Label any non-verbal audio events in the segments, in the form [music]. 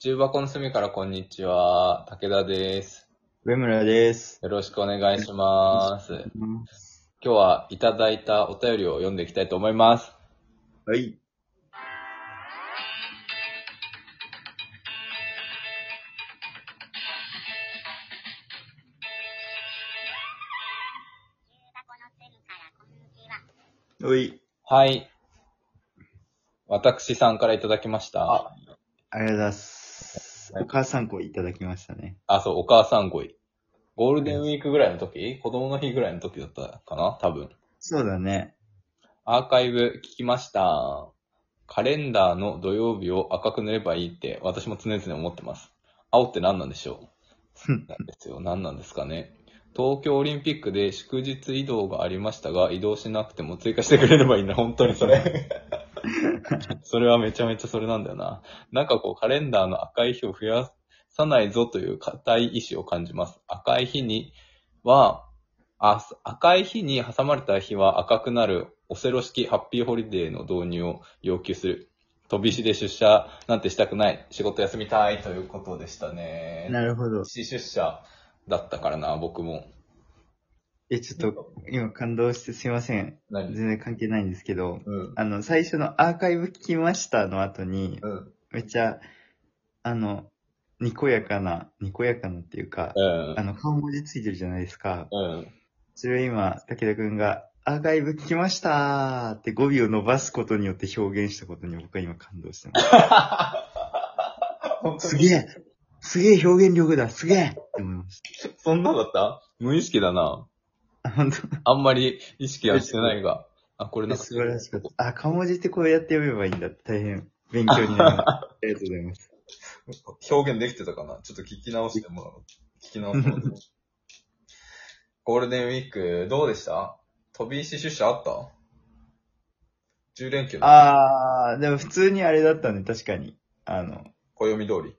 重箱の隅からこんにちは。武田です。上村です。よろしくお願いします。今日はいただいたお便りを読んでいきたいと思います。はい。おい。はい。私さんからいただきました。あ、ありがとうございます。お母さん子いただきましたね。そう、お母さん恋。ゴールデンウィークぐらいの時子供の日ぐらいの時だったかな多分。そうだね。アーカイブ聞きました。カレンダーの土曜日を赤く塗ればいいって私も常々思ってます。青って何なんでしょうなんですよ。何なんですかね。東京オリンピックで祝日移動がありましたが、移動しなくても追加してくれればいいんだ。本当にそれ。 [laughs] それはめちゃめちゃそれなんだよな。なんかこうカレンダーの赤い日を増やさないぞという固い意志を感じます。赤い日にはあ赤い日に挟まれた日は赤くなるオセロ式ハッピーホリデーの導入を要求する。飛び石で出社なんてしたくない。仕事休みたいということでしたね。なるほど。飛び石出社だったからな、僕も。え、ちょっと、今感動してすいません。全何然関係ないんですけど、うん。あの、最初のアーカイブ聞きましたの後に、うん。めっちゃ、あの、にこやかな、にこやかなっていうか、うんあ。の、顔文字ついてるじゃないですか。うん。それを今、武田くんが、アーカイブ聞きましたーって語尾を伸ばすことによって表現したことに僕は今感動してます。本当すにげえすげえ表現力だすげえって思いましそんなだった無意識だな。た。あ、本当あんまり意識はしてないが。あ、これなんか。素晴らしかった。あ、顔文字ってこうやって読めばいいんだ。大変勉強にな [laughs] りました。ありがとうございます。表現できてたかなちょっと聞き直してもらおう。聞き直してもらおう。ゴールデンウィーク、どうでした飛び石出社あった ?10 連休のあー、でも普通にあれだったね、確かに。あの、暦通り。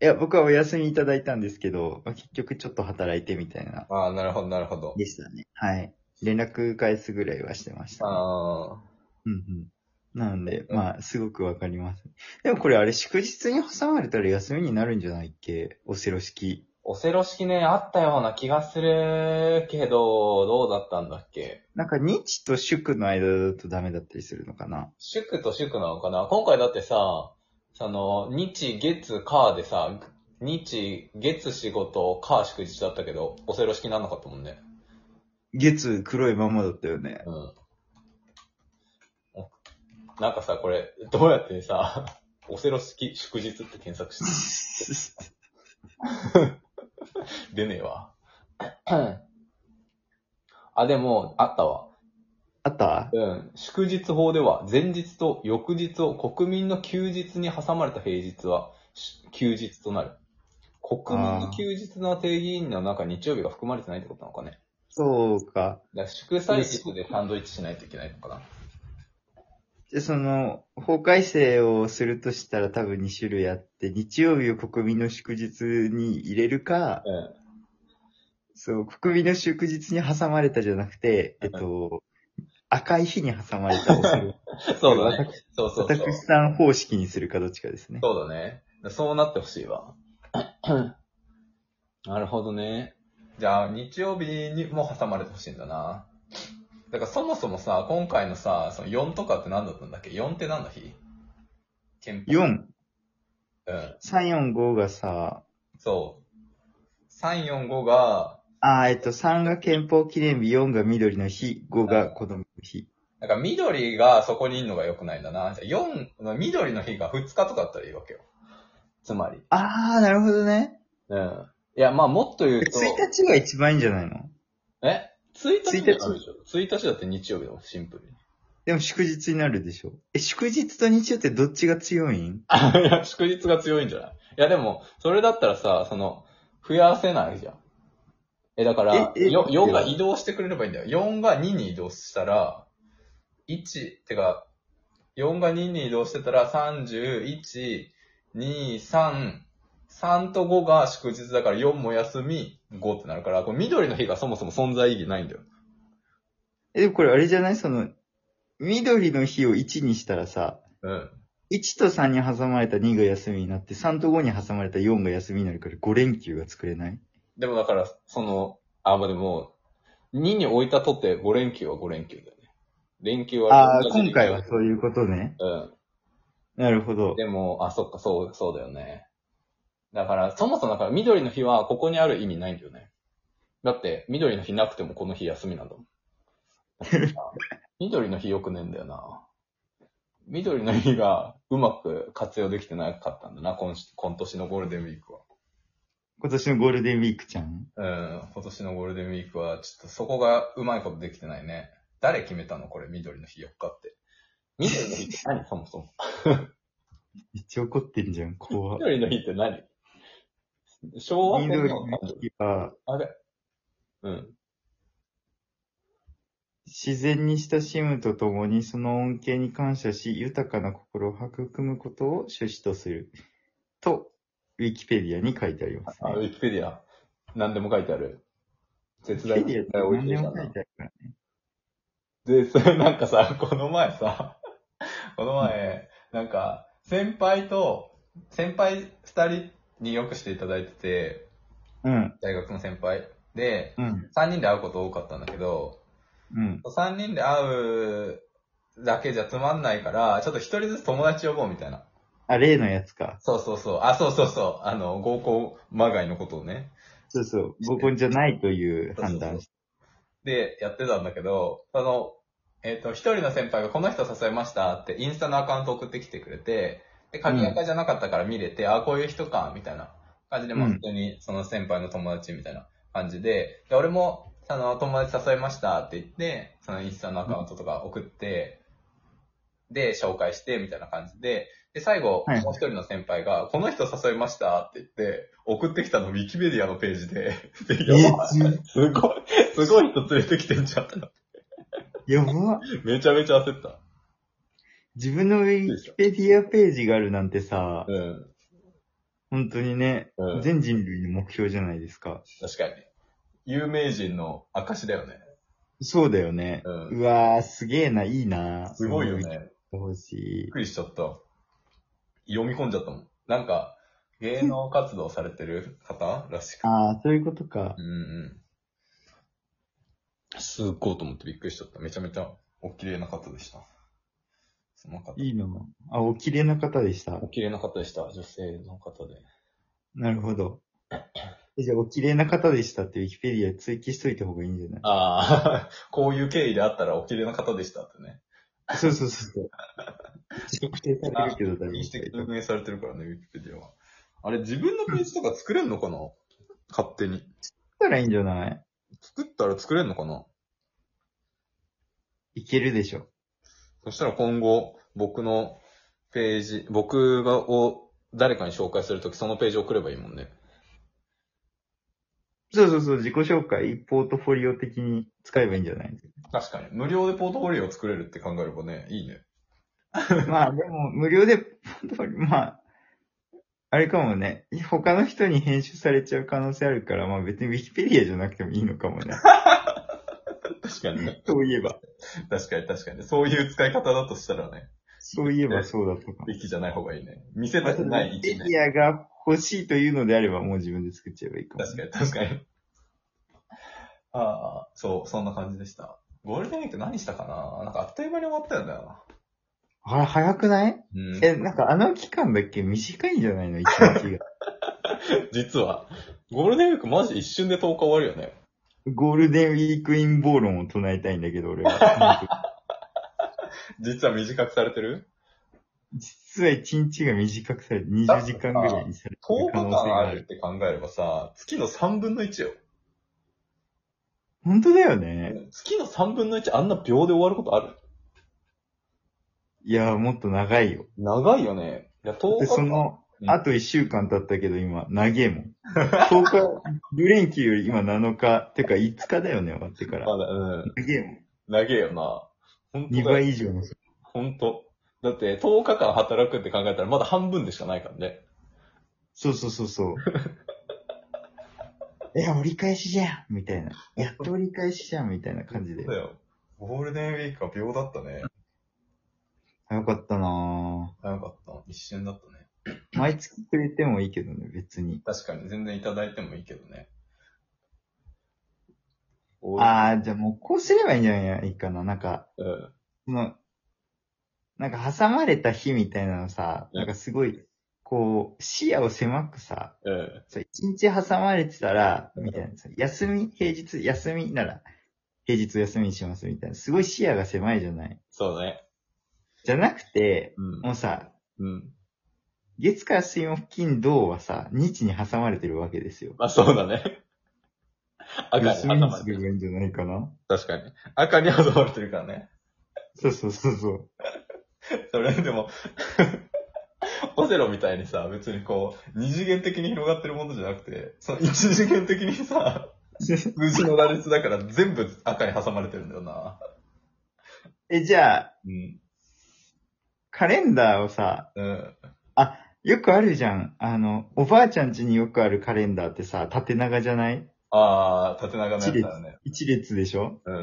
いや、僕はお休みいただいたんですけど、まあ、結局ちょっと働いてみたいな。ああ、なるほど、なるほど。でしたね。はい。連絡返すぐらいはしてましたね、あうんうん。なので、うんまあ、すごくわかります。でもこれあれ、祝日に挟まれたら休みになるんじゃないっけオセロ式。オセロ式ね、あったような気がするけど、どうだったんだっけなんか、日と祝の間だとダメだったりするのかな祝と祝なのかな今回だってさ、その、日、月、火でさ、日、月仕事、火祝日だったけど、オセロ式になんなかったもんね。月、黒いままだったよね。 [laughs] うん。おなんかさ、これ、どうやってさ、オセロ式祝日って検索して、出ねえわ。あ、でも、あったわ。あったうん。祝日法では、前日と翌日を国民の休日に挟まれた平日は、し休日となる。国民の休日の定義員の中に日曜日が含まれてないってことなのかね。そうか。だから祝祭日でサンドイッチしないといけないのかな。で、その、法改正をするとしたら多分2種類あって、日曜日を国民の祝日に入れるか、うん。そう、国民の祝日に挟まれたじゃなくて、えっと、赤い日に挟まれたオセロ [laughs] そうだね。そうそうそう。私さん方式にするかどっちかですね。そうだね。そうなってほしいわ。 [coughs] なるほどね。じゃあ、日曜日にも挟まれてほしいんだな。だからそもそもさ、今回のさ、その4とかって何だったんだっけ ?4 って何の日憲法。 4、うん。 3、4、5がさ、そう。3、4、5が、あー、えっと、3が憲法記念日、4が緑の日、5が子供の日。なんか緑がそこにいるのが良くないんだな。じゃあ4の緑の日が2日とかだったらいいわけよ。つまり。あー、なるほどね。うん。いや、まあもっと言う1と、日が一番いいんじゃないのえ ?1 日だでしょ ?1 日だって日曜日だもん、シンプルに。でも祝日になるでしょ。え、祝日と日曜ってどっちが強いんいや、 [laughs] 祝日が強いんじゃないいや、でも、それだったらさ、その、増やせないじゃん。え、だから、ええよ4が移動してくれればいいんだよ。4が2に移動したら、1、てか、4が2に移動してたら、31、2、3、3と5が祝日だから4も休み、5ってなるから、これ緑の日がそもそも存在意義ないんだよ。え、でもこれあれじゃないその、緑の日を1にしたらさ、うん。 1と3に挟まれた2が休みになって、3と5に挟まれた4が休みになるから5連休が作れないでもだから、その、あ、まあでも、2に置いたとって5連休は5連休だよね。連休はああ、今回はそういうことね。うん。なるほど。でも、あ、そっか、そう、そうだよね。だから、そもそもだから、緑の日はここにある意味ないんだよね。だって、緑の日なくてもこの日休み [laughs] なんだもん。緑の日よくねえんだよな。緑の日がうまく活用できてなかったんだな、今し今年のゴールデンウィークは。今年のゴールデンウィークちゃん。うん、今年のゴールデンウィークは、ちょっとそこがうまいことできてないね。誰決めたのこれ、緑の日4日って。緑の日って何そもそも。めっちゃ怒ってんじゃん、怖緑の日って何昭和天緑皇誕の生日。日は、あれうん。自然に親しむとともに、その恩恵に感謝し、豊かな心を育むことを趣旨とする。と、ウィキペディアに書いてあります、あ、ウね。ィキペディア。何でも書いてある。絶ウィ大キペディアって置い何てでるじゃもん書いてあるから。で、それなんかさ、 [laughs] この前さ、この前、なんか、先輩と、先輩二人によくしていただいてて、うん、大学の先輩。で、うん、 3人で会うこと多かったんだけど、うん。 3人で会うだけじゃつまんないから、ちょっと1人ずつ友達呼ぼうみたいな。あ、例のやつか。そうそうそう。あ、そうそうそう。あの、合コンまがいのことをね。そうそう。合コンじゃないという判断。で、やってたんだけど、その、えっ、と、1人の先輩がこの人誘いましたってインスタのアカウント送ってきてくれて、で、鍵垢じゃなかったから見れて、あ、こういう人か、みたいな感じで、まあうん普通にその先輩の友達みたいな感じで、で、俺も、その友達誘いましたって言って、そのインスタのアカウントとか送って、で、紹介して、みたいな感じで、で、最後、はいもう一人の先輩が、この人誘いましたって言って、送ってきたのウィキペディアのページで、でえ [laughs] やばすごい、すごい人連れてきてんじゃん。やばめちゃめちゃ焦った。自分のウィキペディアページがあるなんてさ、うん。本当にね、うん全人類の目標じゃないですか。確かに。有名人の証だよね。そうだよね。うんうわー、すげえな、いいな。すごいよそういうのね。欲しびいっ。くりしちゃった。読み込んじゃったもん。なんか、芸能活動されてる方らしく。あー、そういうことか。うんうん。すっごいと思ってびっくりしちゃった。めちゃめちゃお綺麗な方でした。その方。いいのあ、お綺麗な方でしたお。綺麗な方でした。女性の方で。なるほど。えじゃあ、お綺麗な方でしたってウィキペディア追記しといた方がいいんじゃないああ、 [laughs] こういう経緯であったらお綺麗な方でしたってね。そうそうそうそう。特定されるけど大認識丈夫。運営されてるからね、ウィキペディアは。あれ、自分のページとか作れんのかな勝手に。たらいいんじゃない作ったら作れんのかないけるでしょ。そしたら今後、僕のページ、僕がを誰かに紹介するとき、そのページ送ればいいもんね。そうそうそう、自己紹介、ポートフォリオ的に使えばいいんじゃない確かに。無料でポートフォリオを作れるって考えればね、いいね。まあでも、無料で、まあ、あれかもね。他の人に編集されちゃう可能性あるから、まあ別にウィキペディアじゃなくてもいいのかも [laughs] ね。確かにね。そういえば。 [laughs] 確かに確かに。そういう使い方だとしたらね、そういえばそうだとか。べきじゃない方がいいね。見せたくないウィ一キ面ペ。ディアが欲しいというのであれば、もう自分で作っちゃえばいいかも、確かに、確かに。ああ、そう、そんな感じでした。ゴールデンウィーク何したかななんかあっという間に終わったよな。あれ、早くないうんえ、なんかあの期間だっけ短いんじゃないの一日が。実は、ゴールデンウィークマジ一瞬で10日終わるよね。ゴールデンウィーク陰謀論を唱えたいんだけど、俺は。実は短くされてる実は一日が短くされて、20時間ぐらいにされて ?10 る日可間能性がああるっる。て考えればさ、月の3分の1よ。本当だよね。月の3分の1あんな秒で終わることあるいやー、もっと長いよ。長いよね。いや、10日で、そ間。のう、んあと1週間経ったけど、今、長えもん。10日、ル連休より今7日、てか5日だよね、終わってか [laughs] ら。まだ、うん。長えもん。長えよな。本2当だよ。倍以上の。本当。だって、10日間働くって考えたらまだ半分でしかないからね。そうそうそ [laughs] うそう。いや、折り返しじゃんみたいな。やっと折り返しじゃんみたいな感じでそう。だよ。ゴールデンウィークは秒だったね。よかったな早かった。一瞬だったね。ぁ。毎月くれてもいいけどね、別に。確かに、全然いただいてもいいけどね。おいあー、じゃあもうこうすればいいんじゃないかな。なんか、うん。その、なんか挟まれた日みたいなのさ、うんなんかすごい、こう、視野を狭くさ、うん。そう一日挟まれてたら、うんみたいなさ、休み、平日、休みなら、平日休みにしますみたいな、すごい視野が狭いじゃない。そうね。じゃなくて、うんもうさ、うん。月から水木金土はさ、日に挟まれてるわけですよ。まあそうだね。赤休に挟みにまれすてれる。ばいいんじゃないかな。確かに。赤に挟まれてるからね。そうそうそうそう。それでも、 [laughs] オセロみたいにさ、別にこう、二次元的に広がってるものじゃなくて、その一次元的に [laughs] さ、数字の羅列だから全部赤に挟まれてるんだよな。え、じゃあ、うん。カレンダーをさ、うん。よくあるじゃん。あの、おばあちゃん家によくあるカレンダーってさ、縦長じゃないああ、縦長のやつだね。一列でしょうんうんう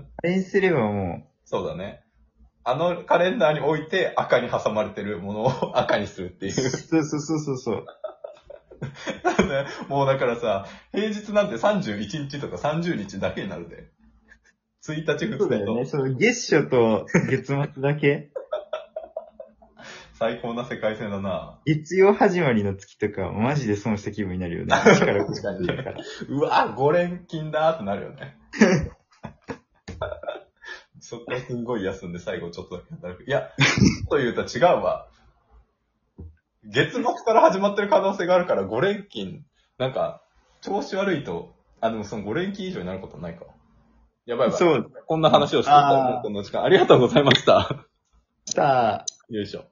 ん。あれにすればもそうだね。あのカレンダーに置いて赤に挟まれてるものを赤にするっていう [laughs] う、。そうそうそうそうそう。もうだからさ、平日なんて31日とか30日だけになるで。1日2日とそうだよね。その月初と月末だけ最高な世界線だな。月曜始まりの月とか、マジで損した気分になる [laughs] よね。確から確かにだから。うわ、5連勤だーってなるよ [laughs] ね。そっからすんごい休んで最後ちょっとだけ働く。いや、と言うと違うわ。月末から始まってる可能性があるから5連勤、なんか、調子悪いと、あ、でもその5連勤以上になることはないか。やばいやばい。そう。こんな話をしていただいてあーこの時間ありがとうございました。さあ、よいしょ。